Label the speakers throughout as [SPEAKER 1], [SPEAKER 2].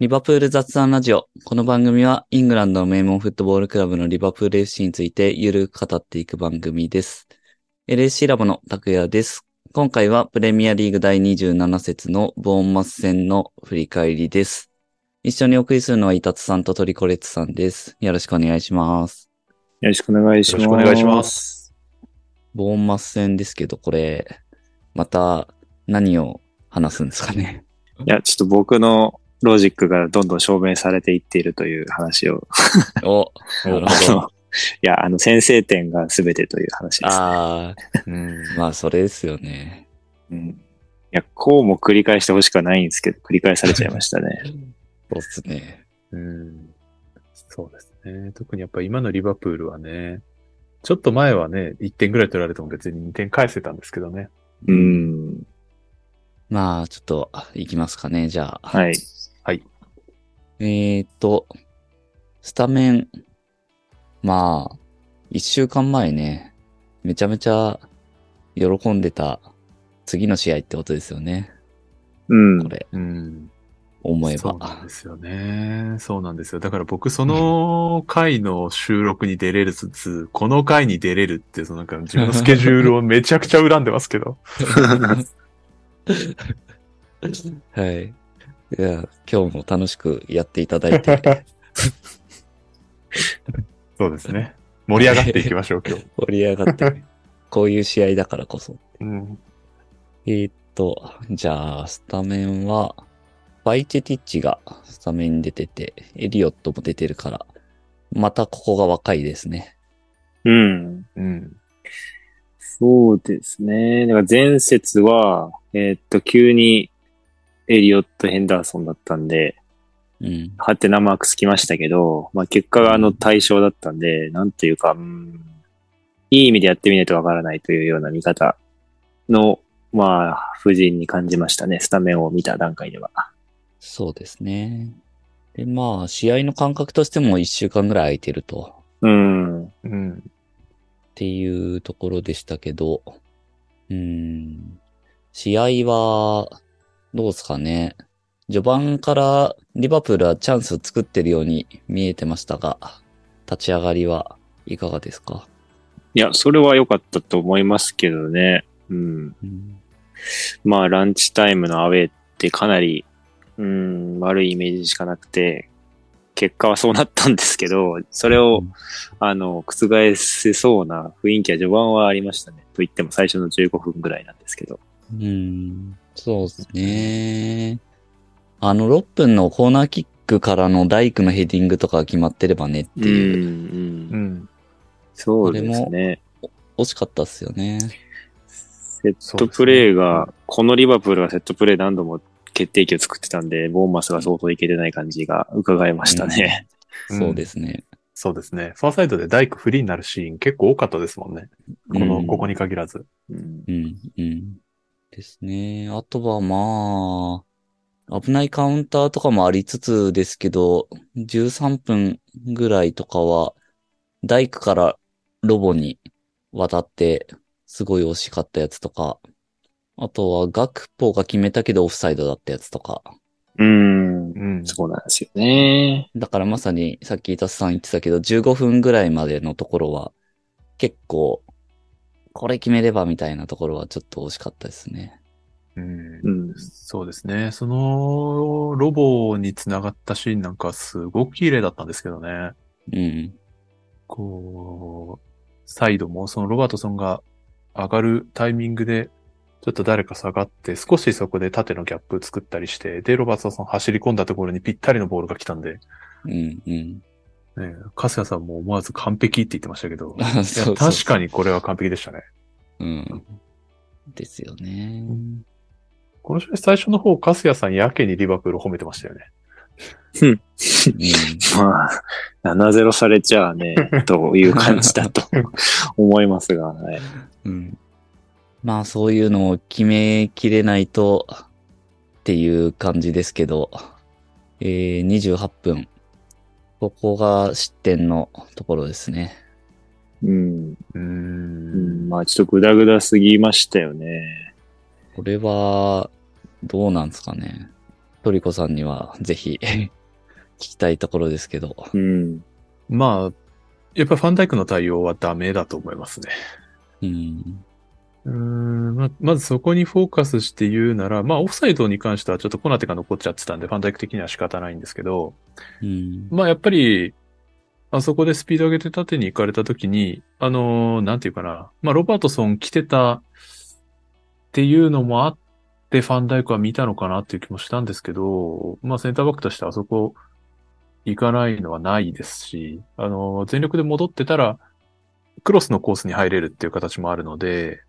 [SPEAKER 1] リバプール雑談ラジオ。この番組はイングランドの名門フットボールクラブのリバプール FC についてゆるく語っていく番組です。LSC ラボの拓也です。今回はプレミアリーグ第27節のボーンマス戦の振り返りです。一緒にお送りするのはイタツさんとトリコレッツさんです。よろしくお願いします。
[SPEAKER 2] よろしくお願いし
[SPEAKER 3] よ
[SPEAKER 2] ます。
[SPEAKER 3] ろしくお願いしま。す。
[SPEAKER 1] ボーンマス戦ですけど、これ、また何を話すんですかね。
[SPEAKER 2] いや、ちょっと僕のロジックがどんどん証明されていっているという話を。
[SPEAKER 1] お、なる
[SPEAKER 2] あ
[SPEAKER 1] ほど。
[SPEAKER 2] の、 いや、あの、先制点が全てという話です。
[SPEAKER 1] あ
[SPEAKER 3] うん
[SPEAKER 1] あ、まあそれですよね。
[SPEAKER 2] うん、いや、こうも繰り返してほしくはないんですけど、繰り返されちゃいましたね。
[SPEAKER 1] そうっすね。
[SPEAKER 3] うんそうですね。特にやっぱ今のリバプールはね、ちょっと前はね、1点ぐらい取られても別に2点返せたんですけどね。
[SPEAKER 2] う。ん。
[SPEAKER 1] まあ、ちょっと、行きますかね、じゃあ。
[SPEAKER 2] はい。
[SPEAKER 1] えーっと、スタメン。まあ、一週間前ね、めちゃめちゃ喜んでた次の試合ってことですよね。
[SPEAKER 2] うん
[SPEAKER 1] こ。れ、
[SPEAKER 3] うん。
[SPEAKER 1] 思え
[SPEAKER 3] そうなん
[SPEAKER 1] ば
[SPEAKER 3] で。すよね。そうなんですよ。だから僕その回の収録に出れるつつ、この回に出れるって、そのなんか自分のスケジュールをめちゃくちゃ恨んでますけど。
[SPEAKER 1] はい。いや、今日も楽しくやっていただいて、
[SPEAKER 3] そうですね。盛り上がっていきましょう、今日。
[SPEAKER 1] 盛り上がってね、こういう試合だからこそ。
[SPEAKER 3] うん。
[SPEAKER 1] えーっと、じゃあ、スタメンは、バイチェティッチがスタメンに出てて、エリオットも出てるから、またここが若いですね。
[SPEAKER 2] うん。
[SPEAKER 3] うん。
[SPEAKER 2] そうですね。だから前節は、えーっと、急にエリオット・ヘンダーソンだったんで、
[SPEAKER 1] うん。
[SPEAKER 2] ハテナマークつきましたけど、まあ、結果があの対象だったんで、なんというか、うん、いい意味でやってみないとわからないというような見方の、まあ、夫人に感じましたね。スタメンを見た段階では。
[SPEAKER 1] そうですね。で、まあ、試合の間隔としても1週間ぐらい空いてると、
[SPEAKER 2] うん。
[SPEAKER 3] うん。
[SPEAKER 1] っていうところでしたけど、うーん。試合は、どうですかね。序盤からリバプールはチャンス作ってるように見えてましたが、立ち上がりはいかがですか
[SPEAKER 2] いや、それは良かったと思いますけどね。うん。
[SPEAKER 1] うん
[SPEAKER 2] まあ、ランチタイムのアウェーってかなり、うん、悪いイメージしかなくて、結果はそうなったんですけど、それを、あの、覆せそうな雰囲気は序盤はありましたね。と言っても最初の15分ぐらいなんですけど。
[SPEAKER 1] うん、そうですね。あの6分のコーナーキックからのダイクのヘディングとか決まってればねっていう、
[SPEAKER 2] ん
[SPEAKER 3] う、ん。
[SPEAKER 2] そうですね。
[SPEAKER 1] 惜しかったっすよね。
[SPEAKER 2] セットプレーが、このリバプールがセットプレー何度も決定機を作ってたんで、ボーンマスが相当いけてない感じが伺えましたね。
[SPEAKER 3] うん
[SPEAKER 1] そうですね。
[SPEAKER 3] そうですね。ファーサイドでダイクフリーになるシーン結構多かったですもんね。
[SPEAKER 1] う
[SPEAKER 3] この、
[SPEAKER 1] ん
[SPEAKER 3] ここに限らず。
[SPEAKER 2] うん
[SPEAKER 1] うん、うん。ですね。あとはまあ、危ないカウンターとかもありつつですけど、13分ぐらいとかは、ダイクからロボに渡って、すごい惜しかったやつとか、あとはガクポが決めたけどオフサイドだったやつとか。
[SPEAKER 2] うん。
[SPEAKER 3] うん。
[SPEAKER 2] そうなんですよね。
[SPEAKER 1] だからまさにさっきイタスさん言ってたけど、15分ぐらいまでのところは、結構、これ決めればみたいなところはちょっと惜しかったですね。
[SPEAKER 3] うん
[SPEAKER 2] うん。
[SPEAKER 3] そうですね。その、ロボにつながったシーンなんかすごく綺麗だったんですけどね。
[SPEAKER 1] うん。
[SPEAKER 3] こう、サイドも、そのロバートソンが上がるタイミングで、ちょっと誰か下がって、少しそこで縦のギャップ作ったりして、で、ロバートソン走り込んだところにぴったりのボールが来たんで、ね、
[SPEAKER 1] うん、うん。
[SPEAKER 3] カスヤさんも思わず完璧って言ってましたけ ど、い
[SPEAKER 1] あ
[SPEAKER 3] や
[SPEAKER 1] そうそう
[SPEAKER 3] 確かにこれは完璧でしたね。
[SPEAKER 1] うん。ですよね。
[SPEAKER 3] この試合最初の方、カスヤさんやけにリバプール褒めてましたよね。
[SPEAKER 1] う
[SPEAKER 2] まあ、7-0されちゃあね、という感じだと思いますが、はい。
[SPEAKER 1] ん。うん。まあそういうのを決めきれないとっていう感じですけど、えー、28分。ここが失点のところですね。
[SPEAKER 2] うん。
[SPEAKER 3] う
[SPEAKER 2] う
[SPEAKER 3] ー。
[SPEAKER 2] んん、まあ、ちょっとグダグダすぎましたよね。
[SPEAKER 1] これは、どうなんですかね。トリコさんにはぜひ聞きたいところですけど。
[SPEAKER 2] うん。
[SPEAKER 3] まあ、やっぱりファンダイクの対応はダメだと思いますね。
[SPEAKER 1] うん。
[SPEAKER 3] うーんままずそこにフォーカスして言うなら、まあオフサイドに関してはちょっとコナテが残っちゃってたんで、ファンダイク的には仕方ないんですけど、
[SPEAKER 1] うん。
[SPEAKER 3] まあやっぱり、あそこでスピード上げて縦に行かれた時に、あのーなんていうかな、まあロバートソン来てたっていうのもあって、ファンダイクは見たのかなっていう気もしたんですけど、まあセンターバックとしてあそこ行かないのはないですし、あのー全力で戻ってたら、クロスのコースに入れるっていう形もあるので、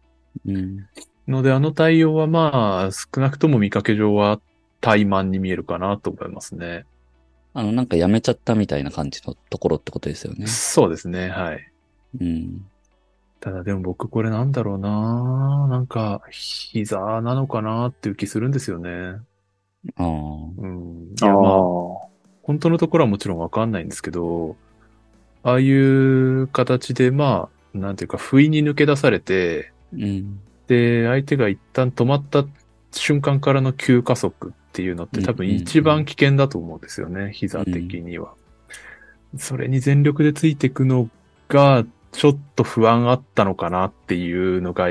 [SPEAKER 1] うん。
[SPEAKER 3] ので、あの対応はまあ、少なくとも見かけ上は怠慢に見えるかなと思いますね。
[SPEAKER 1] あの、なんかやめちゃったみたいな感じのところってことですよね。
[SPEAKER 3] そうですね、はい。
[SPEAKER 1] うん。
[SPEAKER 3] ただでも僕これなんだろうななんか、膝なのかなっていう気するんですよね。
[SPEAKER 1] ああ。
[SPEAKER 3] うん。い
[SPEAKER 2] あ
[SPEAKER 3] やまあ、
[SPEAKER 2] あ。
[SPEAKER 3] 本当のところはもちろんわかんないんですけど、ああいう形でまあ、なんていうか、不意に抜け出されて、
[SPEAKER 1] うん。
[SPEAKER 3] で、相手が一旦止まった瞬間からの急加速っていうのって多分
[SPEAKER 1] うんうんうん
[SPEAKER 3] 一番危険だと思うんですよね、膝的には。それに全力でついていくのが、ちょっと不安あったのかなっていうのが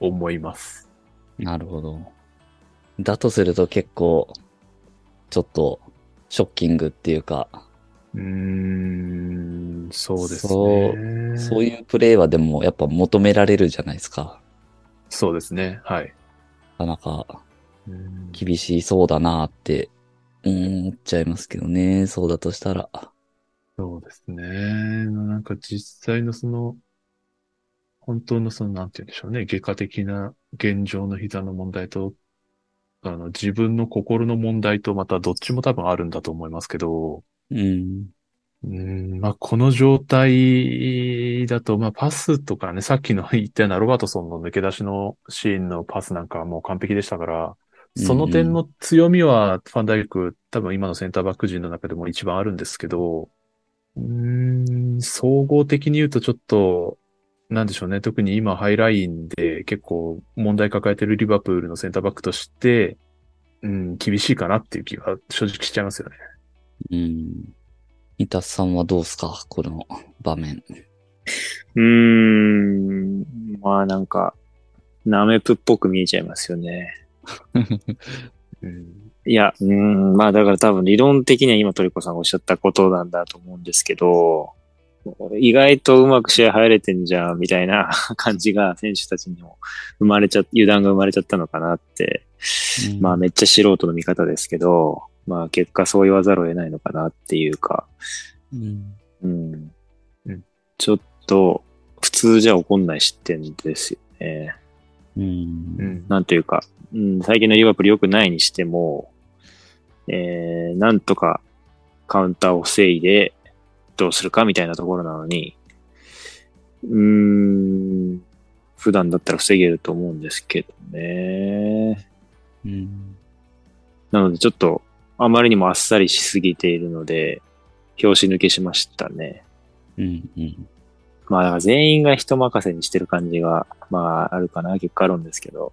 [SPEAKER 3] 思います。
[SPEAKER 1] なるほど。だとすると結構、ちょっと、ショッキングっていうか、
[SPEAKER 3] うーん、そうですね。
[SPEAKER 1] そうそういうプレイはでもやっぱ求められるじゃないですか。
[SPEAKER 3] そうですね、はい。
[SPEAKER 1] なかなか
[SPEAKER 3] うん
[SPEAKER 1] 厳しそうだなってうん思っちゃいますけどね。そうだとしたら。
[SPEAKER 3] そうですね。なんか実際のその、本当のその、なんて言うんでしょうね。外科的な現状の膝の問題と、あの、自分の心の問題とまたどっちも多分あるんだと思いますけど、
[SPEAKER 1] うん。
[SPEAKER 3] うーん、まあ、この状態だと、まあ、パスとかね、さっきの言ったようなロバートソンの抜け出しのシーンのパスなんかはもう完璧でしたから、その点の強みはファンダイク、多分今のセンターバック陣の中でも一番あるんですけど、うーん、総合的に言うとちょっと、なんでしょうね、特に今ハイラインで結構問題抱えてるリバプールのセンターバックとして、うん、厳しいかなっていう気が正直しちゃいますよね。
[SPEAKER 1] うん。三田さんはどうすかこの場面。
[SPEAKER 2] うーん。まあなんか、ナメプっぽく見えちゃいますよね。
[SPEAKER 3] うん、
[SPEAKER 2] いや、うーん、まあだから多分理論的には今トリコさんがおっしゃったことなんだと思うんですけど、意外とうまく試合入れてんじゃんみたいな 感じが選手たちにも生まれちゃ、油断が生まれちゃったのかなって、
[SPEAKER 1] うん
[SPEAKER 2] まあめっちゃ素人の見方ですけど、まあ結果そう言わざるを得ないのかなっていうか、
[SPEAKER 1] うん。
[SPEAKER 2] うん
[SPEAKER 3] うん
[SPEAKER 2] ちょっと普通じゃ起こんない失点ですよね。
[SPEAKER 1] う。
[SPEAKER 3] うんん、
[SPEAKER 2] なんというか、うん、最近のリバプール良くないにしても、えー、なんとかカウンターを防いで、どうするかみたいなところなのに、うーん、普段だったら防げると思うんですけどね。
[SPEAKER 1] うん。
[SPEAKER 2] なのでちょっと、あまりにもあっさりしすぎているので、拍子抜けしましたね。
[SPEAKER 1] うん。うん。
[SPEAKER 2] まあ、だから全員が人任せにしてる感じが、まあ、あるかな、結果論ですけど。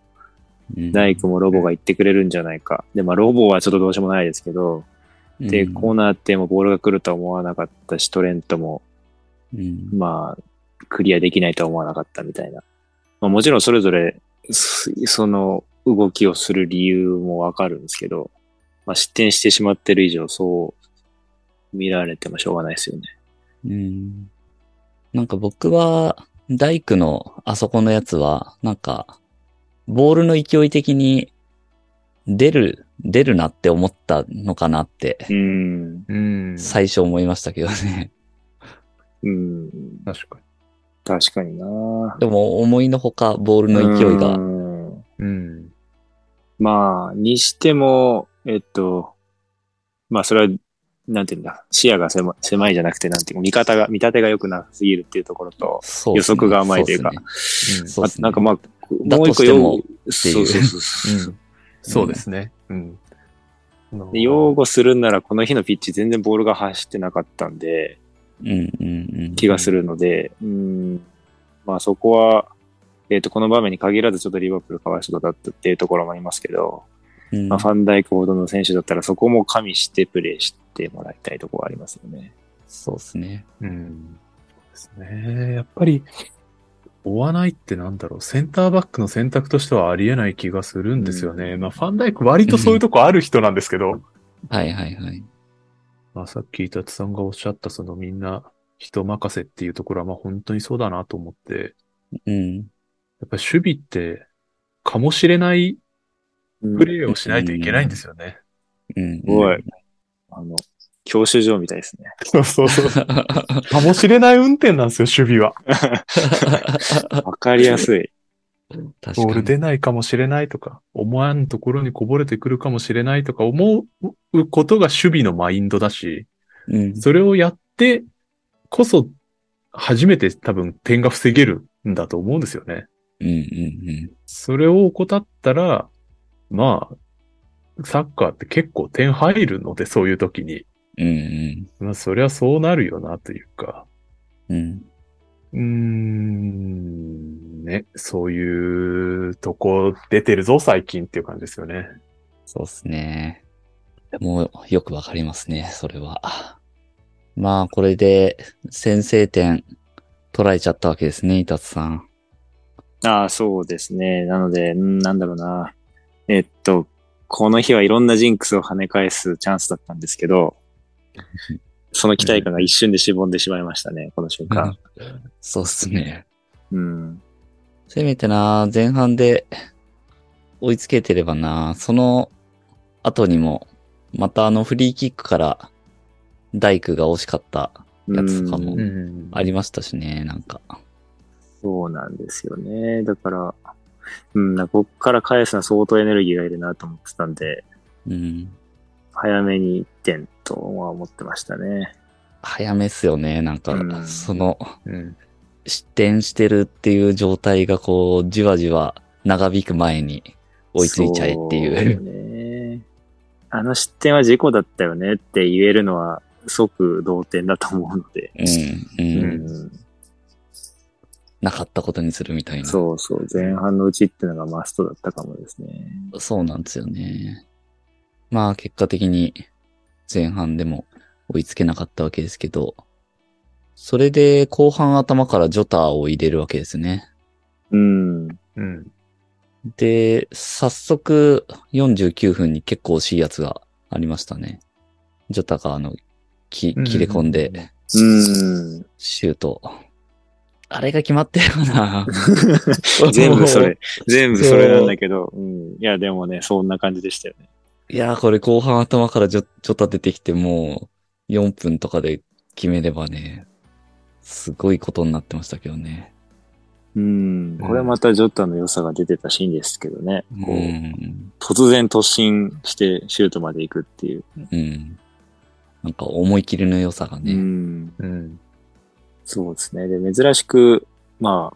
[SPEAKER 1] うん
[SPEAKER 2] 大工もロボが言ってくれるんじゃないか。で、まあ、ロボはちょっとどうしようもないですけど、で、コーナーってもボールが来るとは思わなかったし、トレントも、
[SPEAKER 1] うん。
[SPEAKER 2] まあ、クリアできないとは思わなかったみたいな。まあ、もちろんそれぞれ、すその動きをする理由もわかるんですけど、まあ、失点してしまってる以上、そう見られてもしょうがないですよね。
[SPEAKER 1] うん。なんか僕は、大工のあそこのやつは、なんか、ボールの勢い的に、出る、出るなって思ったのかなって、
[SPEAKER 2] うん。
[SPEAKER 3] うん、
[SPEAKER 1] 最初思いましたけどね。
[SPEAKER 2] うん。
[SPEAKER 3] 確か
[SPEAKER 2] 確かにな
[SPEAKER 1] でも、思いのほか、ボールの勢いが
[SPEAKER 2] う、ん
[SPEAKER 3] に。うん。
[SPEAKER 2] まあ、にしても、えっと、まあ、それは、なんていうんだ、視野が狭狭いじゃなくて、なんていうか、見方が、見立てが良くなすぎるっていうところと、
[SPEAKER 1] そうっすね、
[SPEAKER 2] 予測が甘いというか
[SPEAKER 3] うん
[SPEAKER 1] そうっすね
[SPEAKER 2] あなんかまあ、
[SPEAKER 1] だ
[SPEAKER 2] もう
[SPEAKER 1] と
[SPEAKER 2] 一
[SPEAKER 1] し
[SPEAKER 2] 個
[SPEAKER 1] て
[SPEAKER 2] 用
[SPEAKER 1] も
[SPEAKER 2] 語、
[SPEAKER 1] てい
[SPEAKER 2] そううそうそうそうう。
[SPEAKER 3] ん そうですね。うん。
[SPEAKER 2] で擁護するなら、この日のピッチ全然ボールが走ってなかったんで、
[SPEAKER 1] うんうんうん。
[SPEAKER 2] 気がするので、うん、まあそこは、えっ、と、この場面に限らずちょっとリバプールかわいそうだったっていうところもありますけど、
[SPEAKER 1] うん
[SPEAKER 2] まあ、ファンダイクほどの選手だったらそこも加味してプレーしてもらいたいところはありますよね。
[SPEAKER 1] そうですね。
[SPEAKER 3] うん。そうですね。やっぱり、追わないってなんだろう。センターバックの選択としてはありえない気がするんですよね。
[SPEAKER 2] う
[SPEAKER 3] まあ、ファンダイク割とそういうとこある人なんですけど、
[SPEAKER 1] はいはいはい。
[SPEAKER 3] まあ、さっき伊達さんがおっしゃった、そのみんな人任せっていうところは、まあ本当にそうだなと思って、
[SPEAKER 1] うん。
[SPEAKER 3] やっぱり守備って、かもしれないプレーをしないといけないんですよね。
[SPEAKER 1] うん。す
[SPEAKER 2] ごい。 あの、教習所みたいですね。
[SPEAKER 3] そう そうそう。かもしれない運転なんですよ、守備は。
[SPEAKER 2] わかりやすい。
[SPEAKER 1] 確
[SPEAKER 3] ボー
[SPEAKER 1] か
[SPEAKER 3] ル
[SPEAKER 1] に。
[SPEAKER 3] 出ないかもしれないとか、思わんところにこぼれてくるかもしれないとか思うことが守備のマインドだし、
[SPEAKER 1] うん。
[SPEAKER 3] それをやってこそ初めて多分点が防げるんだと思うんですよね。
[SPEAKER 1] うんうん
[SPEAKER 3] それを怠ったら、まあ、サッカーって結構点入るので、そういう時に。
[SPEAKER 1] うん。うん
[SPEAKER 3] まあ、そりゃそうなるよな、というか。
[SPEAKER 1] うん。うん。
[SPEAKER 3] うーん、ね、そういうとこ出てるぞ、最近っていう感じですよね。
[SPEAKER 1] そうですね。もうよくわかりますね、それは。まあ、これで先制点取られちゃったわけですね、伊達さん。
[SPEAKER 2] ああ、そうですね。なので、うんなんだろうな。えっと、この日はいろんなジンクスを跳ね返すチャンスだったんです けど、その期待感が一瞬でしぼんでしまいましたね、この瞬間。
[SPEAKER 1] そうですね。
[SPEAKER 2] うん。
[SPEAKER 1] せめてな、前半で追いつけてればな、その後にも、またあのフリーキックから、大工が惜しかったやつとかも
[SPEAKER 2] うん
[SPEAKER 3] ん
[SPEAKER 1] ありましたしね、なんか。
[SPEAKER 2] そうなんですよね。だから、うん、なんかこっから返すのは相当エネルギーがいるなと思ってたんで、
[SPEAKER 1] うん。
[SPEAKER 2] 早めに1点とは思ってましたね。
[SPEAKER 1] 早めっすよね、なんか、
[SPEAKER 2] うん
[SPEAKER 1] その、
[SPEAKER 3] うん。
[SPEAKER 1] 失点してるっていう状態がこう、じわじわ長引く前に追いついちゃえっていう。
[SPEAKER 2] そうね。あの失点は事故だったよねって言えるのは即同点だと思うので。
[SPEAKER 1] うん、う、
[SPEAKER 3] うん
[SPEAKER 2] うん
[SPEAKER 1] なかったことにするみたいな。そ
[SPEAKER 2] そうそう、前半のうちっていうのがマストだったかもですね。
[SPEAKER 1] うなんですよね。まあ結果的に前半でも追いつけなかったわけですけど、それで後半頭からジョターを入れるわけですね。
[SPEAKER 2] うん。
[SPEAKER 3] うん。
[SPEAKER 1] で、早速49分に結構惜しいやつがありましたね。ジョタがあの、き、切れ込んで、
[SPEAKER 2] うん。
[SPEAKER 1] シュート。あれが決まってるかな
[SPEAKER 2] 全部それ。、全部それなんだけど、うん。いや、でもね、そんな感じでしたよね。
[SPEAKER 1] いやー、これ後半頭からちょ、ちょっと出てきて、もう4分とかで決めればね、すごいことになってましたけどね。
[SPEAKER 2] うん。これまたジョッタの良さが出てたシーンですけどね。
[SPEAKER 1] う。
[SPEAKER 2] こうん突然突進してシュートまで行くっていう。
[SPEAKER 1] うん。なんか思い切りの良さが
[SPEAKER 2] う
[SPEAKER 1] ね。
[SPEAKER 2] ん。
[SPEAKER 3] うん。
[SPEAKER 2] そうですね。で、珍しく、ま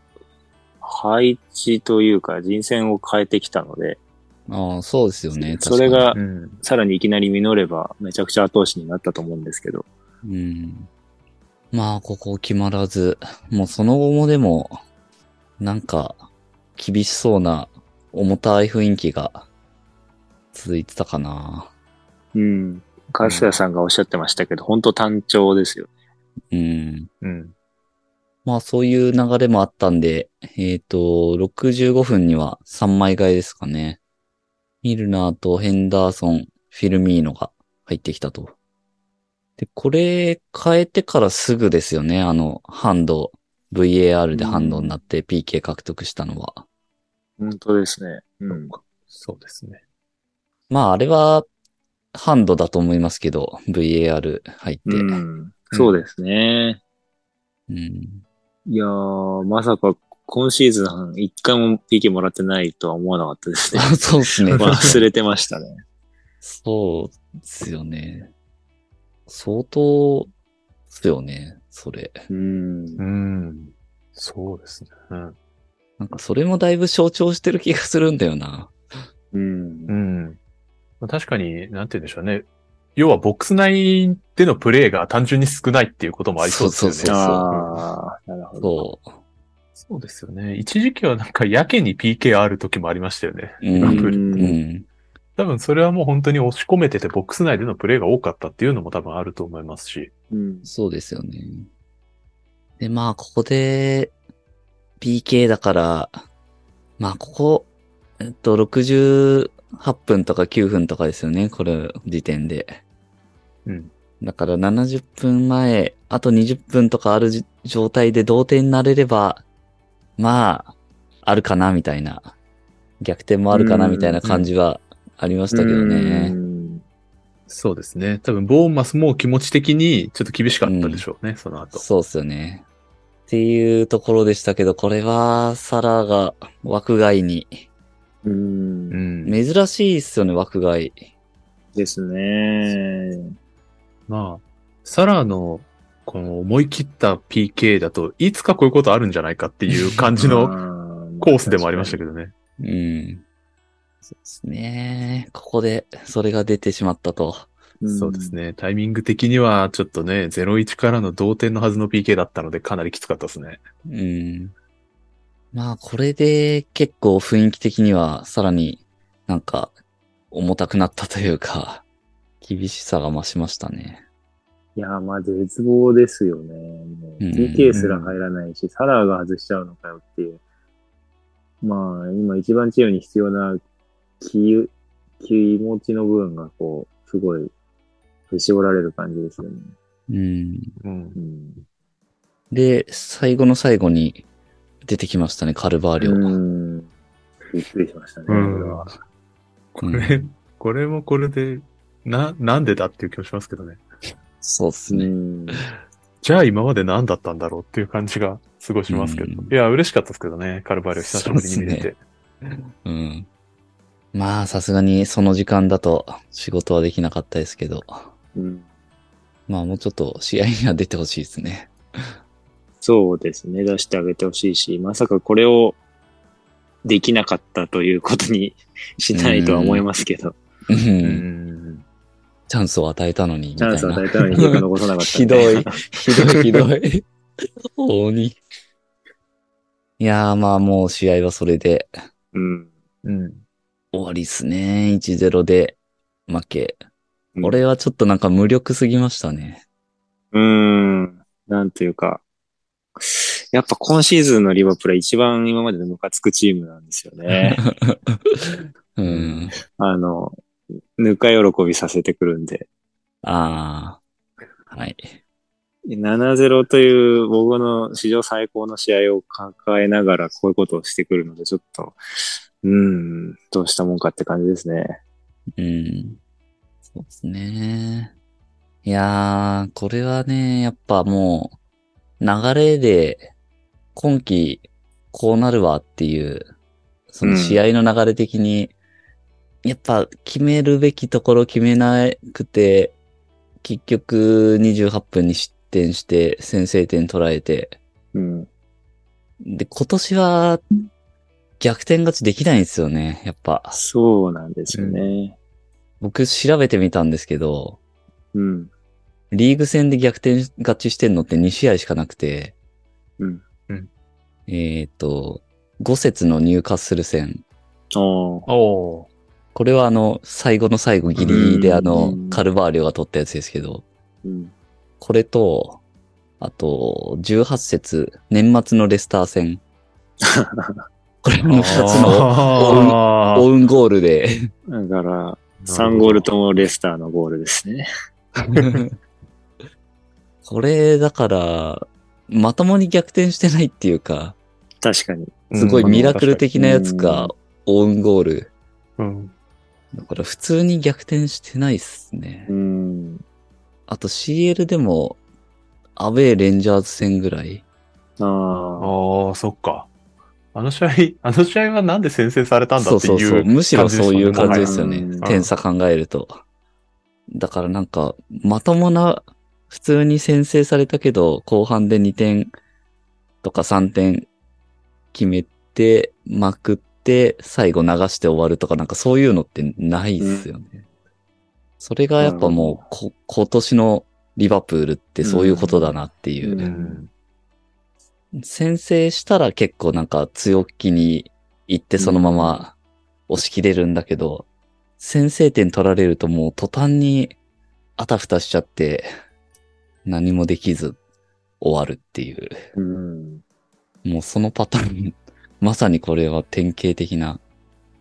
[SPEAKER 2] あ、配置というか人選を変えてきたので、
[SPEAKER 1] ああ、そうですよね。
[SPEAKER 2] それが
[SPEAKER 3] う、ん。
[SPEAKER 2] さらにいきなり実れば、めちゃくちゃ後押しになったと思うんですけど。
[SPEAKER 1] 確かに。うん。まあ、ここ決まらず、もうその後もでも、なんか、厳しそうな、重たい雰囲気が続いてたかな。
[SPEAKER 2] うん。カスヤさんがおっしゃってましたけど、本当単調ですよ。
[SPEAKER 1] うん。
[SPEAKER 3] うん。
[SPEAKER 1] まあそういう流れもあったんで、えっ、と、65分には3枚替えですかね。ミルナーとヘンダーソン、フィルミーノが入ってきたと。で、これ変えてからすぐですよね。あの、ハンド、VAR でハンドになって PK 獲得したのは。
[SPEAKER 2] 本当ですね。うん。
[SPEAKER 3] そうですね。
[SPEAKER 1] まああれは、ハンドだと思いますけど、VAR 入って。
[SPEAKER 2] うん、そうですね。
[SPEAKER 1] うん
[SPEAKER 2] いやー、まさか今シーズン一回も PK もらってないとは思わなかったです ね。
[SPEAKER 1] あそうですね。
[SPEAKER 2] 忘れてましたね。
[SPEAKER 1] そうですよね。相当ですよね、それ。
[SPEAKER 2] うん。
[SPEAKER 3] うん。そうですね。うん。
[SPEAKER 1] なんかそれもだいぶ象徴してる気がするんだよな。
[SPEAKER 2] うん
[SPEAKER 3] う。ん。まあ、確かに、なんて言うんでしょうね。要はボックス内でのプレーが単純に少ないっていうこともありそうですよね。
[SPEAKER 1] そうそうそう
[SPEAKER 2] あー、なるほど。
[SPEAKER 1] そう。
[SPEAKER 3] そうですよね。一時期はなんかやけに PK ある時もありましたよね。
[SPEAKER 1] うん
[SPEAKER 3] リバプー
[SPEAKER 1] う
[SPEAKER 3] ル
[SPEAKER 2] うん
[SPEAKER 1] ん。
[SPEAKER 3] 多分それはもう本当に押し込めててボックス内でのプレーが多かったっていうのも多分あると思いますし。
[SPEAKER 2] うん。
[SPEAKER 1] そうですよね。で、まあ、ここで、PK だから、まあ、ここ、えっと、68分とか9分とかですよね、これ、時点で。
[SPEAKER 3] うん。
[SPEAKER 1] だから、70分前、あと20分とかあるじ状態で同点になれれば、まあ、あるかな、みたいな。逆転もあるかな、みたいな感じはありましたけど
[SPEAKER 2] う
[SPEAKER 1] ね。
[SPEAKER 2] ん
[SPEAKER 3] そうですね。多分ボーンマスも気持ち的にちょっと厳しかったでしょうね、その後。
[SPEAKER 1] そうっすよね。っていうところでしたけど、これは、サラが枠外に。
[SPEAKER 2] うん
[SPEAKER 3] うん。
[SPEAKER 1] 珍しいっすよね、枠外。
[SPEAKER 2] ですね。
[SPEAKER 3] まあ、サラの、この思い切った PK だと、いつかこういうことあるんじゃないかっていう感じの
[SPEAKER 2] の
[SPEAKER 3] コースでもありましたけどね。
[SPEAKER 1] うん。そうですね。ここで、それが出てしまったと。
[SPEAKER 2] ど
[SPEAKER 3] そうです。ね。タイミング的には、ちょっとね、0-1からの同点のはずの PK だったので、かなりきつかったですね。
[SPEAKER 1] うん。まあ、これで結構雰囲気的には、さらになんか、重たくなったというか、厳しさが増しましたね。
[SPEAKER 2] いやー、まあ、絶望ですよね。もう
[SPEAKER 1] うん
[SPEAKER 2] PK すら入らないし、サラーが外しちゃうのかよっていう。まあ、今一番チームに必要な気、気持ちの部分が、こう、すごい、振り絞られる感じですよね。
[SPEAKER 1] うん。
[SPEAKER 3] うん
[SPEAKER 2] う。ん。
[SPEAKER 1] で、最後の最後に出てきましたね、カルバーリョ。
[SPEAKER 2] うんびっくりしましたね。こ
[SPEAKER 3] うん
[SPEAKER 2] れは
[SPEAKER 3] これ、これもこれで、な、なんでだっていう気もしますけどね。
[SPEAKER 1] そうです
[SPEAKER 2] う
[SPEAKER 1] ね。
[SPEAKER 2] ん。
[SPEAKER 3] じゃあ今まで何だったんだろうっていう感じがすごいしますけど。
[SPEAKER 1] うん
[SPEAKER 3] いや、嬉しかったですけどね、カルバリオ久しぶりに見れ
[SPEAKER 1] そう
[SPEAKER 3] て。
[SPEAKER 1] うん。まあ、さすがにその時間だと仕事はできなかったですけど、
[SPEAKER 2] うん
[SPEAKER 1] まあもうちょっと試合には出てほしいですね。
[SPEAKER 2] そうですね。出してあげてほしいし、まさかこれをできなかったということに しないとは思いますけど、
[SPEAKER 1] う
[SPEAKER 3] うんん。
[SPEAKER 1] チャンスを与えたのに、み
[SPEAKER 2] チ
[SPEAKER 1] たい
[SPEAKER 2] ャ
[SPEAKER 1] な。
[SPEAKER 2] ンスを与えたのに結果残さなか った
[SPEAKER 1] ひ
[SPEAKER 2] ん
[SPEAKER 1] ど
[SPEAKER 2] で。
[SPEAKER 1] い。ひどい、ひどい。鬼。いやーまあもう試合はそれで
[SPEAKER 2] うん。
[SPEAKER 3] うん。
[SPEAKER 1] 終わりっすね。1-0で負け。
[SPEAKER 2] うん
[SPEAKER 1] これはちょっとなんか無力すぎましたね。
[SPEAKER 2] うーん。なんというか、やっぱ今シーズンのリバプールは一番今までのムカつくチームなんです よね。
[SPEAKER 1] うん。
[SPEAKER 2] あの、ぬか喜びさせてくるんで。
[SPEAKER 1] あー。はい。
[SPEAKER 2] 7-0という僕の史上最高の試合を抱えながらこういうことをしてくるので、ちょっと、うーん、どうしたもんかって感じですね。
[SPEAKER 1] うん。そうですね。いやー、これはね、やっぱもう、流れで、今季、こうなるわっていう、その試合の流れ的に、やっぱ決めるべきところ決めなくて、結局28分に失点して、先制点取られて、
[SPEAKER 2] うん。
[SPEAKER 1] で、今年は、逆転勝ちできないんですよね、やっぱ。
[SPEAKER 2] そうなんですよね。
[SPEAKER 1] 僕調べてみたんですけど、
[SPEAKER 2] うん。
[SPEAKER 1] リーグ戦で逆転勝ちしてんのって2試合しかなくて、
[SPEAKER 2] うん。
[SPEAKER 1] えっ、と、5節のニューカッスル戦。
[SPEAKER 2] おー
[SPEAKER 3] おー
[SPEAKER 1] これはあの、最後の最後ギリであ
[SPEAKER 2] う
[SPEAKER 1] の
[SPEAKER 2] ん、
[SPEAKER 1] カルバーリョが取ったやつですけど、
[SPEAKER 2] うん。
[SPEAKER 1] これと、あと、18節、年末のレスター 戦。これも2つの
[SPEAKER 3] あー
[SPEAKER 1] オウンゴールで。
[SPEAKER 2] だから、3ゴールともレスターのゴールですね。
[SPEAKER 1] これ、だから、まともに逆転してないっていうか、
[SPEAKER 2] 確かに。
[SPEAKER 1] すごいミラクル的なやつか、オウンゴール。
[SPEAKER 3] うん。
[SPEAKER 1] だから普通に逆転してないっすね
[SPEAKER 2] う。ん。
[SPEAKER 1] あと CL でも、アウェーレンジャーズ戦ぐらい。
[SPEAKER 2] ああ。
[SPEAKER 3] ああ、そっか。あの試合、 あの試合はなんで先制されたんだ
[SPEAKER 1] そう
[SPEAKER 3] ってい。
[SPEAKER 1] そううそう。むしろそういう感じで
[SPEAKER 3] 感じです
[SPEAKER 1] よね
[SPEAKER 2] うん。
[SPEAKER 1] 点差考えると。だからなんか、まともな、普通に先制されたけど、後半で2点とか3点決めて、まくって、最後流して終わるとか、なんかそういうのってないっすよね。それがやっぱもう、こ今年のリバプールってそういうことだなっていう。
[SPEAKER 2] うん
[SPEAKER 3] うん
[SPEAKER 1] 先制したら結構なんか強気に行ってそのまま押し切れるんだけど、先制点取られるともう途端にあたふたしちゃって、何もできず終わるっていう。
[SPEAKER 2] うん。
[SPEAKER 1] もうそのパターン、 まさにこれは典型的な。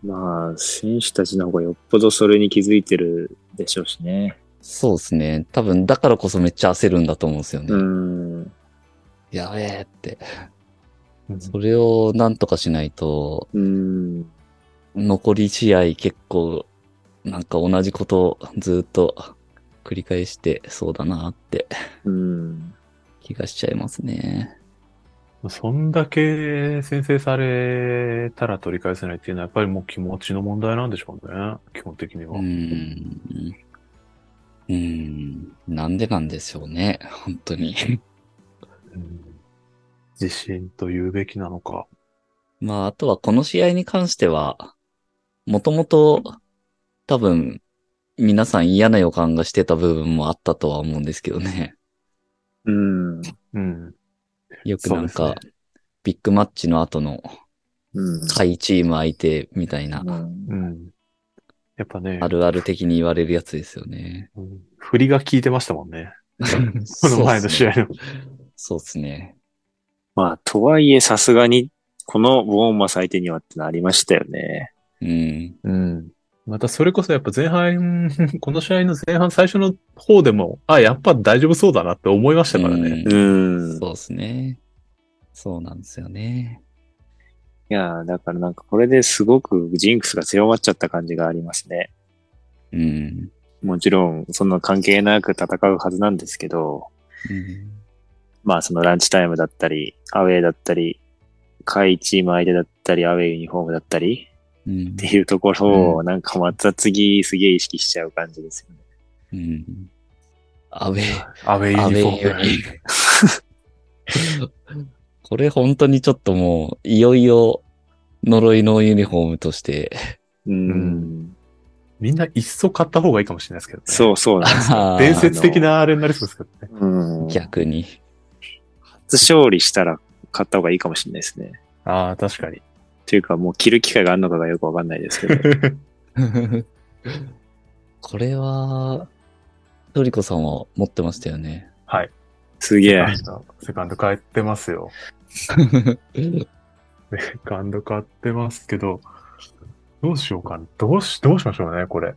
[SPEAKER 2] まあ、選手たちの方がよっぽどそれに気づいてるでしょうしね。
[SPEAKER 1] そうですね。多分だからこそめっちゃ焦るんだと思うんですよね。
[SPEAKER 2] うん。
[SPEAKER 1] やべえって。
[SPEAKER 3] うん
[SPEAKER 1] それをなんとかしないと、
[SPEAKER 2] うん。
[SPEAKER 1] 残り試合結構、なんか同じことずっと繰り返してそうだなって
[SPEAKER 2] うん。
[SPEAKER 1] 気がしちゃいますね。
[SPEAKER 3] そんだけ先制されたら取り返せないっていうのはやっぱりもう気持ちの問題なんでしょうね。基本的には。
[SPEAKER 1] うーん。うーん。なんでなんでしょうね。本当に。
[SPEAKER 3] うん自信と言うべきなのか。
[SPEAKER 1] まあ、あとはこの試合に関しては、もともと多分皆さん嫌な予感がしてた部分もあったとは思うんですけどね。
[SPEAKER 2] うん。
[SPEAKER 3] うん。
[SPEAKER 1] よくなん
[SPEAKER 3] そう
[SPEAKER 1] か
[SPEAKER 3] で、
[SPEAKER 1] ビッグマッチの後の
[SPEAKER 2] うん。
[SPEAKER 1] 下位チーム相手みたいな、
[SPEAKER 2] うん
[SPEAKER 3] うん。やっぱね、
[SPEAKER 1] あるある的に言われるやつですよね。
[SPEAKER 3] うん振りが効いてましたもんね。 この前の試合の。
[SPEAKER 1] そうですね。
[SPEAKER 2] まあ、とはいえ、さすがに、このボーンマス相手にはってなりましたよね。
[SPEAKER 1] うん。
[SPEAKER 3] うん。またそれこそやっぱ前半、 この試合の前半最初の方でも、あ、やっぱ大丈夫そうだなって思いましたからね。
[SPEAKER 1] うん
[SPEAKER 2] ん
[SPEAKER 1] そうですね。そうなんですよね。
[SPEAKER 2] いやー、だからなんかこれですごくジンクスが強まっちゃった感じがありますね。
[SPEAKER 1] うん。
[SPEAKER 2] もちろん、そんな関係なく戦うはずなんですけど、
[SPEAKER 1] うん
[SPEAKER 2] まあそのランチタイムだったり、アウェイだったり、下位チーム相手だったり、アウェイユニフォームだったり
[SPEAKER 1] うん
[SPEAKER 2] っていうところを、なんかまた次すげえ意識しちゃう感じですよね。
[SPEAKER 1] うん。アウェイ。
[SPEAKER 3] アウェイユ
[SPEAKER 1] アウ
[SPEAKER 3] ニフォ
[SPEAKER 1] ェイ
[SPEAKER 3] ーム。
[SPEAKER 1] これ本当にちょっともう、いよいよ呪いのユニフォームとして、。
[SPEAKER 2] うん。
[SPEAKER 3] うんみんないっそ買った方がいいかもしれないですけどね。
[SPEAKER 2] そうそうなんですよ
[SPEAKER 3] 伝説的なあれになりそうですけどね。
[SPEAKER 2] うん。初
[SPEAKER 1] 逆に。
[SPEAKER 2] 勝利したら買った方がいいかもしれないですね。
[SPEAKER 3] ああ、確かに。
[SPEAKER 2] というかもう着る機会があるのかがよくわかんないですけ ど。
[SPEAKER 1] これは、トリコさんは持ってましたよ ね。
[SPEAKER 2] すげえ。
[SPEAKER 3] セカンド買ってますよ。セカンド買ってますけど、どうしようかな。どうし、どうしましょうね、これ。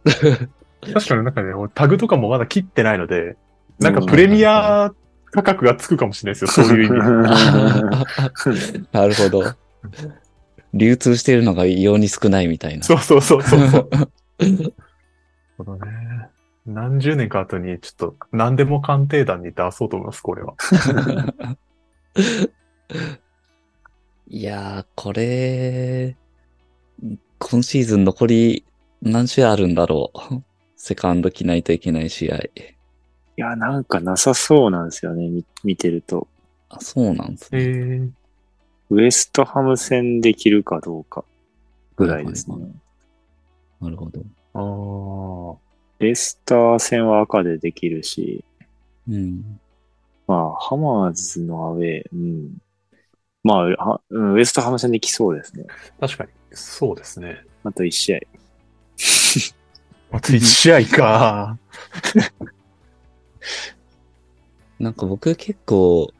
[SPEAKER 3] 確かになんかね、タグとかもまだ切ってないので、なんかプレミア価格がつくかもしれないですよ、そういう意味。
[SPEAKER 1] なるほど。流通してるのが異様に少ないみたいな。
[SPEAKER 3] そうそうそうそうそう。なるほどね。何十年か後に、ちょっと何でも鑑定団に出そうと思います、これは。
[SPEAKER 1] いやー、これ、今シーズン残り何試合あるんだろう。セカンド着ないといけない試合。
[SPEAKER 2] いや、なんかなさそうなんですよね、み見てると。
[SPEAKER 1] あ、そうなんです
[SPEAKER 3] え
[SPEAKER 1] ね。
[SPEAKER 3] ー、
[SPEAKER 2] ウエストハム戦できるかどうかぐらいですね
[SPEAKER 1] は。なるほど。
[SPEAKER 3] あー
[SPEAKER 2] レスター戦は赤でできるし、
[SPEAKER 1] うん。
[SPEAKER 2] まあ、ハマーズのアウェイ、うん。まあ、はうんウエストハム戦できそうですね。
[SPEAKER 3] 確かに。そうですね。
[SPEAKER 2] あと1試合。
[SPEAKER 3] あと1試合か。
[SPEAKER 1] なんか僕結構、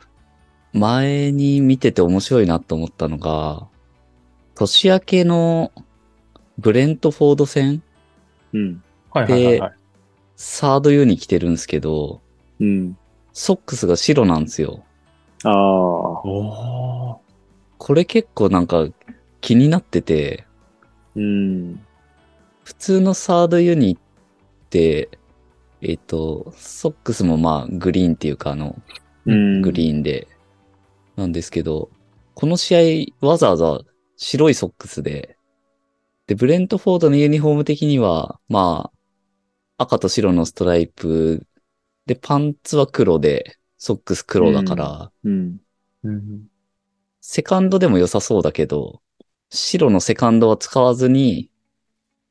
[SPEAKER 1] 前に見てて面白いなと思ったのが、年明けのブレントフォード戦、
[SPEAKER 2] うん。
[SPEAKER 3] はいはいはい、はい。
[SPEAKER 1] サードユニ着てるんですけど、
[SPEAKER 2] うん。
[SPEAKER 1] ソックスが白なんですよ。
[SPEAKER 2] ああ。
[SPEAKER 3] おー。
[SPEAKER 1] これ結構なんか気になってて、
[SPEAKER 2] うん。
[SPEAKER 1] 普通のサードユニって、えっ、と、ソックスもまあグリーンっていうかあの、
[SPEAKER 2] うん。
[SPEAKER 1] グリーンで、なんですけど、この試合わざわざ白いソックスで、で、ブレントフォードのユニフォーム的には、まあ、赤と白のストライプ、で、パンツは黒で、ソックス黒だから、
[SPEAKER 2] うん。
[SPEAKER 3] うん
[SPEAKER 1] セカンドでも良さそうだけど、白のセカンドは使わずに、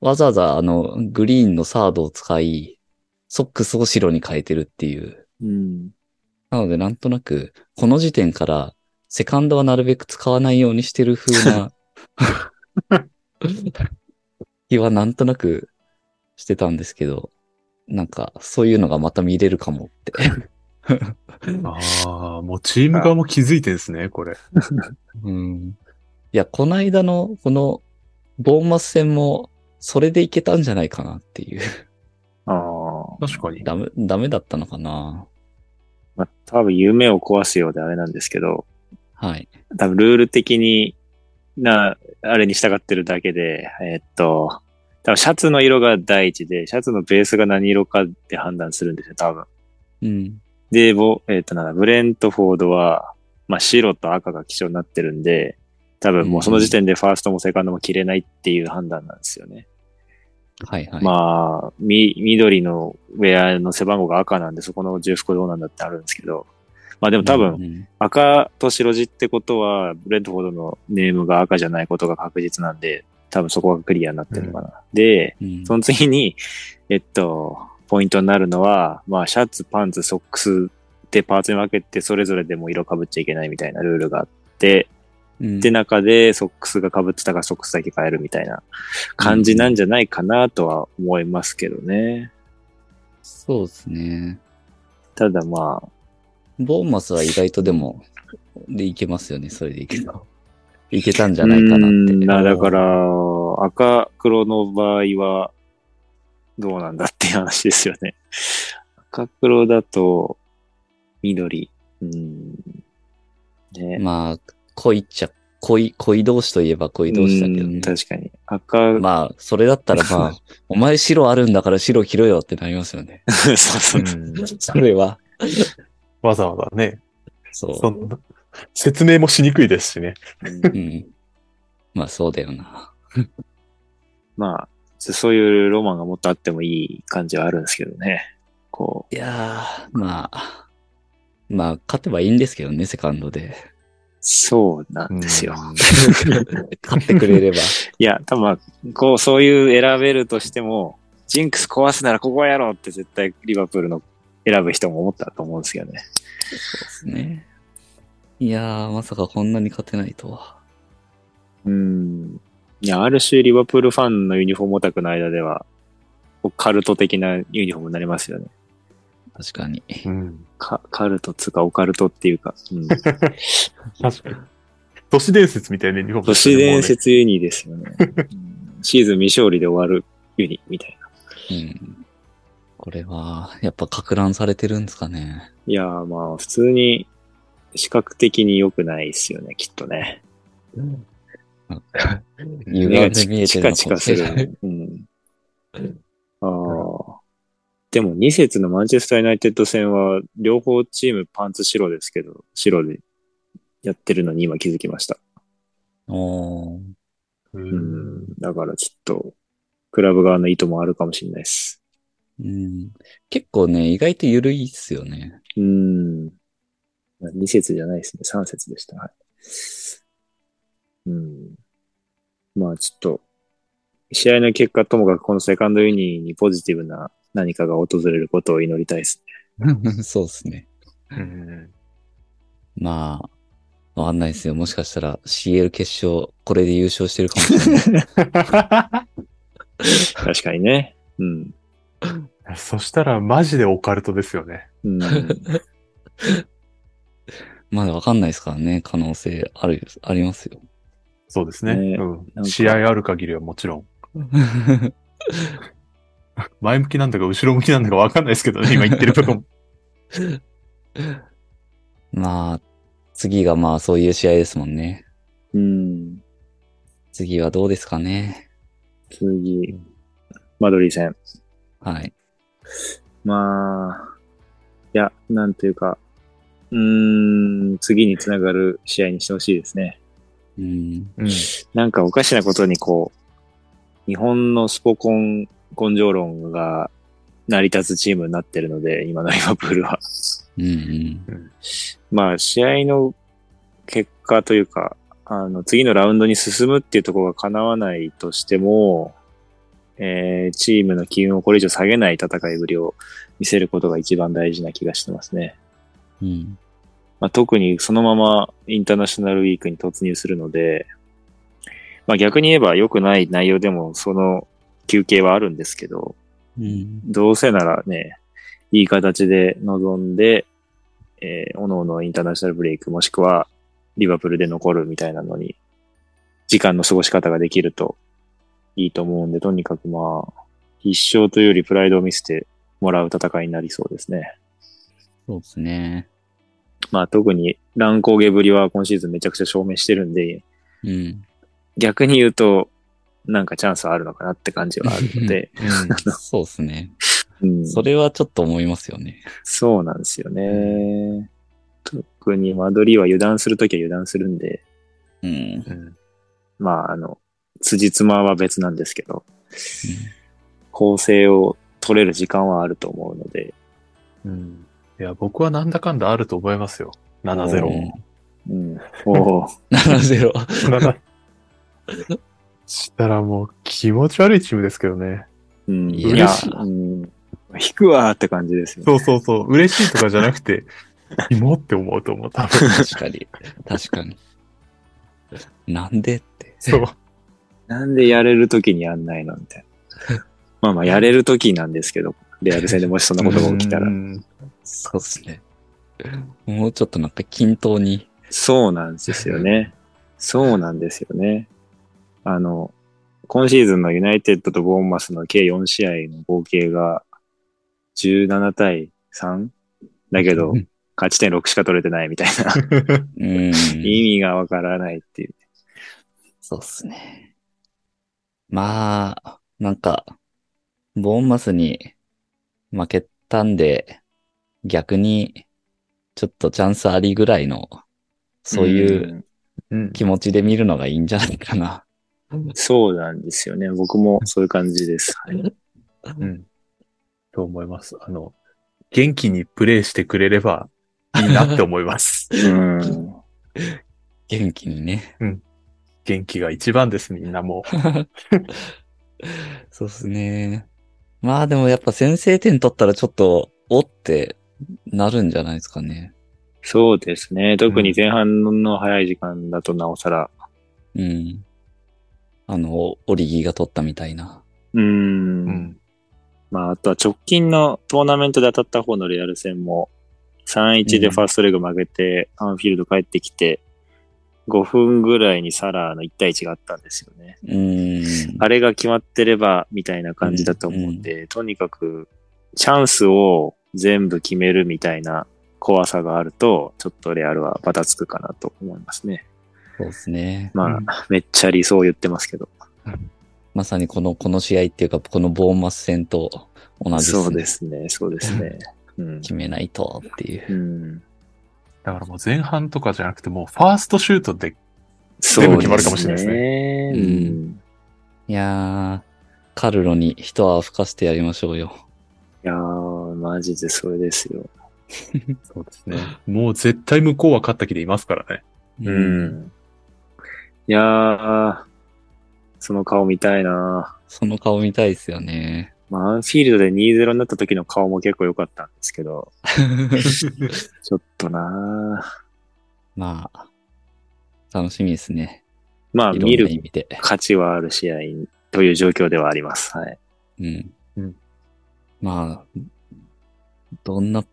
[SPEAKER 1] わざわざあの、グリーンのサードを使い、ソックスを白に変えてるっていう。
[SPEAKER 2] うん。
[SPEAKER 1] なのでなんとなく、この時点から、セカンドはなるべく使わないようにしてる風な、気はなんとなくしてたんですけど、なんか、そういうのがまた見れるかもって。
[SPEAKER 3] ああ、もうチーム側も気づいてんですね、これ。
[SPEAKER 1] うん。いや、この間の、この、ボーンマス戦も、それでいけたんじゃないかなっていう。
[SPEAKER 2] ああ。
[SPEAKER 3] 確かに。
[SPEAKER 1] ダメ、ダメだったのかな
[SPEAKER 2] まあ、多分夢を壊すようであれなんですけど、
[SPEAKER 1] はい。
[SPEAKER 2] 多分ルール的にな、あれに従ってるだけで、えーっと、多分シャツの色が第一で、シャツのベースが何色かって判断するんですよ、多分。
[SPEAKER 1] うん。
[SPEAKER 2] で、ぼえーっとなんだ、ブレントフォードは、まあ、白と赤が基調になってるんで、多分もうその時点でファーストもセカンドも切れないっていう判断なんですよね。
[SPEAKER 1] はいはい。
[SPEAKER 2] まあ、み、緑のウェアの背番号が赤なんで、そこの重複どうなんだってあるんですけど、まあでも多分、
[SPEAKER 1] うん
[SPEAKER 2] 赤と白地ってことは、ブレントフォードのネームが赤じゃないことが確実なんで、多分そこがクリアになってるのかな。で、
[SPEAKER 1] うん
[SPEAKER 2] その次に、えっと、ポイントになるのは、まあ、シャツ、パンツ、ソックスでパーツに分けて、それぞれでも色被っちゃいけないみたいなルールがあって、
[SPEAKER 1] うん
[SPEAKER 2] で、中でソックスが被ってたからソックスだけ変えるみたいな感じなんじゃないかなとは思いますけどね。
[SPEAKER 1] そうですね。
[SPEAKER 2] ただまあ、
[SPEAKER 1] ボーンマスは意外とでも、でいけますよね、それでいけ た。いけたんじゃないかな
[SPEAKER 2] う
[SPEAKER 1] って。
[SPEAKER 2] ーんなだから、赤黒の場合は、どうなんだっていう話ですよね。 赤黒だと、緑。うーん。ね。
[SPEAKER 1] まあ、恋っちゃ、恋、恋同士といえば恋同士だけど
[SPEAKER 2] うーん
[SPEAKER 1] ね。
[SPEAKER 2] 確かに。赤、
[SPEAKER 1] まあ、それだったらまあ、 お前白あるんだから白着ろよってなりますよね。
[SPEAKER 2] そうそう。
[SPEAKER 1] それは。
[SPEAKER 3] わざわざね、
[SPEAKER 1] そう。
[SPEAKER 3] そんな、説明もしにくいですしね。
[SPEAKER 1] うん。まあ、そうだよな。
[SPEAKER 2] まあ、そういうロマンがもっとあってもいい感じはあるんですけどね。こう、
[SPEAKER 1] いやー、まあ、まあ、勝てばいいんですけどね、セカンドで。
[SPEAKER 2] そうなんですよ。
[SPEAKER 1] 勝ってくれ れば。
[SPEAKER 2] いや、多分まあ、こう、そういう選べるとしても、ジンクス壊すならここはやろうって絶対リバプールの選ぶ人も思ったと思うんですけどね。
[SPEAKER 1] ね。いやー、まさかこんなに勝てないとは。
[SPEAKER 2] うん。いや、ある種リバプールファンのユニフォームオタクの間では、こうカルト的なユニフォームになりますよね。
[SPEAKER 1] 確かに。
[SPEAKER 3] うん。
[SPEAKER 2] カカルトっつうかオカルトって いうか、うん、
[SPEAKER 3] 確かに。都市伝説みたいな日本
[SPEAKER 2] 都市伝説ユニですよ ね。うんシーズン未勝利で終わるユニみたいな。
[SPEAKER 1] うん。これは、やっぱ、か乱されてるんですかね。
[SPEAKER 2] いやーまあ、普通に視覚的に良くないですよね、きっとね。
[SPEAKER 1] なんか歪んで見えてるのか
[SPEAKER 2] チカ
[SPEAKER 1] も
[SPEAKER 2] チカ
[SPEAKER 1] し
[SPEAKER 2] す
[SPEAKER 1] れない。
[SPEAKER 2] る。うん。ああ。でも2節のマンチェスターユナイテッド戦は、両方チームパンツ白ですけど、白でやってるのに今気づきました。
[SPEAKER 1] おー
[SPEAKER 2] う
[SPEAKER 3] う。
[SPEAKER 2] んん。だからちょっと、クラブ側の意図もあるかもしれないです。
[SPEAKER 1] うん。結構ね、意外と緩いっすよね。
[SPEAKER 2] うん。2節じゃないですね。3節でした。はい。うん。まあちょっと、試合の結果ともかくこのセカンドユニにポジティブな何かが訪れることを祈りたいですね。
[SPEAKER 1] そうですね。
[SPEAKER 3] うん
[SPEAKER 1] まあ、わかんないですよ。もしかしたら CL 決勝、これで優勝してるかもしれない。
[SPEAKER 2] 確かにね。うん。
[SPEAKER 3] そしたらマジでオカルトですよね。
[SPEAKER 2] うん、
[SPEAKER 1] まだわかんないですからね。可能性ある、ありますよ。
[SPEAKER 3] そうですね。
[SPEAKER 2] ね
[SPEAKER 3] う
[SPEAKER 2] なん
[SPEAKER 3] ん、
[SPEAKER 2] か
[SPEAKER 3] 試合ある限りはもちろん。前向きなんだか後ろ向きなんだかわかんないで すけどね、今言ってるとこも。
[SPEAKER 1] まあ、次がまあそういう試合ですもんね。
[SPEAKER 2] うん。
[SPEAKER 1] 次はどうですかね。
[SPEAKER 2] 次、マドリー戦。
[SPEAKER 1] はい。
[SPEAKER 2] まあ、いや、なんというか、うーん、次につながる試合にしてほしいですね。
[SPEAKER 1] うん。
[SPEAKER 3] うん。
[SPEAKER 2] なんかおかしなことにこう、日本のスポコン根性論が成り立つチームになってるので、今のリバプールは。
[SPEAKER 1] うんうん。
[SPEAKER 2] まあ、試合の結果というか、あの、次のラウンドに進むっていうところが叶わないとしても、えーチームの機運をこれ以上下げない戦いぶりを見せることが一番大事な気がしてますね。
[SPEAKER 1] うん。
[SPEAKER 2] まあ、特にそのままインターナショナルウィークに突入するので、まあ、逆に言えば良くない内容でもその休憩はあるんですけど、
[SPEAKER 1] うん。
[SPEAKER 2] どうせならね、いい形で臨んで、えー、おのおのインターナショナルブレイクもしくはリバプールで残るみたいなのに、時間の過ごし方ができるといいと思うんで、とにかくまあ、必勝というよりプライドを見せてもらう戦いになりそうですね。
[SPEAKER 1] そうですね。
[SPEAKER 2] まあ特に乱高下ぶりは今シーズンめちゃくちゃ証明してるんで、
[SPEAKER 1] うん。
[SPEAKER 2] 逆に言うと、なんかチャンスはあるのかなって感じはあるので、
[SPEAKER 1] そうですね。
[SPEAKER 2] うん、
[SPEAKER 1] それはちょっと思いますよね。
[SPEAKER 2] そうなんですよね。特にマドリーは油断するときは油断するんで、
[SPEAKER 1] うん。
[SPEAKER 3] うんうん
[SPEAKER 2] まあ、あの、辻褄は別なんですけど、構成を取れる時間はあると思うので、
[SPEAKER 3] うんいや、僕はなんだかんだあると思いますよ。
[SPEAKER 2] う
[SPEAKER 3] 7-0。
[SPEAKER 2] うん。おー
[SPEAKER 1] 7-0。
[SPEAKER 3] したらもう気持ち悪いチームですけどね。
[SPEAKER 2] うん、
[SPEAKER 1] い
[SPEAKER 2] い
[SPEAKER 1] や
[SPEAKER 2] や、うん、引くわーって感じですよね。
[SPEAKER 3] そうそうそう。嬉しいとかじゃなくて、 芋って思うと思う。多分。
[SPEAKER 1] 確かに。確かに。なんでって。
[SPEAKER 3] そう。
[SPEAKER 2] なんでやれるときにやんないのみたいな。 まあまあ、やれるときなんですけど、レアル戦でもしそんなことが起きた
[SPEAKER 3] う
[SPEAKER 2] ら。
[SPEAKER 3] ん
[SPEAKER 1] そうですね。もうちょっとなんか均等に。
[SPEAKER 2] そうなんですよね。そうなんですよね。あの、今シーズンのユナイテッドとボーンマスの計4試合の合計が17対 3? だけど
[SPEAKER 1] う、ん
[SPEAKER 2] 勝ち点6しか取れてないみたいな。
[SPEAKER 1] うん。
[SPEAKER 2] 意味がわからないっていう。
[SPEAKER 1] そうですね。まあ、なんか、ボーンマスに負けたんで、逆に、ちょっとチャンスありぐらいの、そういう
[SPEAKER 3] うん
[SPEAKER 1] 気持ちで見るのがいいんじゃないかな。
[SPEAKER 2] うん。そうなんですよね。僕もそういう感じです。はい
[SPEAKER 3] うん。と思います。あの、元気にプレイしてくれればいいなって思い ます。
[SPEAKER 2] うん。
[SPEAKER 1] 元気にね。
[SPEAKER 3] 元気が一番です、みんなも
[SPEAKER 1] そうですね。まあでもやっぱ先制点取ったらちょっと、おってなるんじゃないですかね。
[SPEAKER 2] そうですね。特に前半の早い時間だとなおさら。
[SPEAKER 1] うん。あの、オリギーが取ったみたいな。
[SPEAKER 2] う
[SPEAKER 3] う。
[SPEAKER 2] ん。まあ、あとは直近のトーナメントで当たった方のレアル戦も、3-1でファーストレグ負けて、アンフィールド帰ってきて、5分ぐらいにサラーの1対1があったんですよね。
[SPEAKER 1] うん。
[SPEAKER 2] あれが決まってれば、みたいな感じだと思うんで、とにかく、チャンスを全部決めるみたいな怖さがあると、ちょっとレアルはバタつくかなと思いますね。
[SPEAKER 1] そうですね。
[SPEAKER 2] まあ、
[SPEAKER 3] うん
[SPEAKER 2] めっちゃ理想を言ってますけど。
[SPEAKER 1] まさにこの、この試合っていうか、このボーンマス戦と同じ。
[SPEAKER 2] そうですすね、そうですね。うん。
[SPEAKER 1] 決めないとっていう。
[SPEAKER 2] うん、
[SPEAKER 3] だからもう前半とかじゃなくて、もうファーストシュートで、
[SPEAKER 2] そう
[SPEAKER 1] 部決まるかも
[SPEAKER 3] しれないです
[SPEAKER 2] ね
[SPEAKER 1] う
[SPEAKER 2] うん
[SPEAKER 1] んいやー、カルロに一泡吹かせてやりましょうよ。
[SPEAKER 2] いやー、マジでそれですよ。
[SPEAKER 3] そうですね。もう絶対向こうは勝った気でいますから ね。
[SPEAKER 1] う。
[SPEAKER 2] いやー、その顔見たいな
[SPEAKER 1] その顔見たいですよね。
[SPEAKER 2] まあ、アンフィールドで2-0になった時の顔も結構良かったんですけど、ちょっとなー
[SPEAKER 1] まあ、楽しみですね。
[SPEAKER 2] まあ、
[SPEAKER 1] いろん
[SPEAKER 2] 見
[SPEAKER 1] な
[SPEAKER 2] る
[SPEAKER 1] 意味で。
[SPEAKER 2] 価値はある試合という状況ではあります。はい。
[SPEAKER 1] うん。
[SPEAKER 3] うん
[SPEAKER 1] まあ、どんな、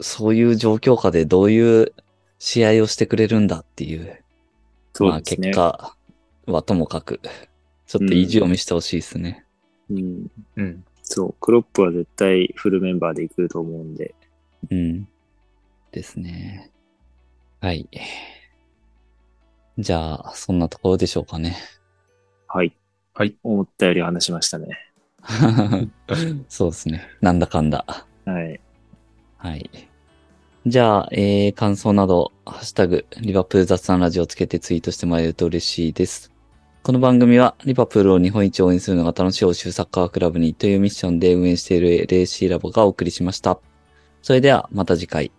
[SPEAKER 1] そういう状況下でどういう試合をしてくれるんだっていう、
[SPEAKER 2] そ
[SPEAKER 1] ま
[SPEAKER 2] う
[SPEAKER 1] あ
[SPEAKER 2] です
[SPEAKER 1] 結
[SPEAKER 2] ね。
[SPEAKER 1] 果はともかく、ちょっと意地を見せてほしいですね。
[SPEAKER 2] うん。
[SPEAKER 3] うん。
[SPEAKER 2] そう、クロップは絶対フルメンバーでいくと思うんで、
[SPEAKER 1] うん。ですね。はい。じゃあ、そんなところでしょうか ね。
[SPEAKER 2] はい。
[SPEAKER 3] はい。
[SPEAKER 2] 思ったより話しましたね。
[SPEAKER 1] そうですね。なんだかんだ。
[SPEAKER 2] はい。
[SPEAKER 1] はい。じゃあ、えー、感想など、ハッシュタグ、リバプール雑談ラジオをつけてツイートしてもらえると嬉しいです。この番組は、リバプールを日本一応援するのが楽しい欧州サッカークラブにというミッションで運営している LAC ラボがお送りしました。それでは、また次回。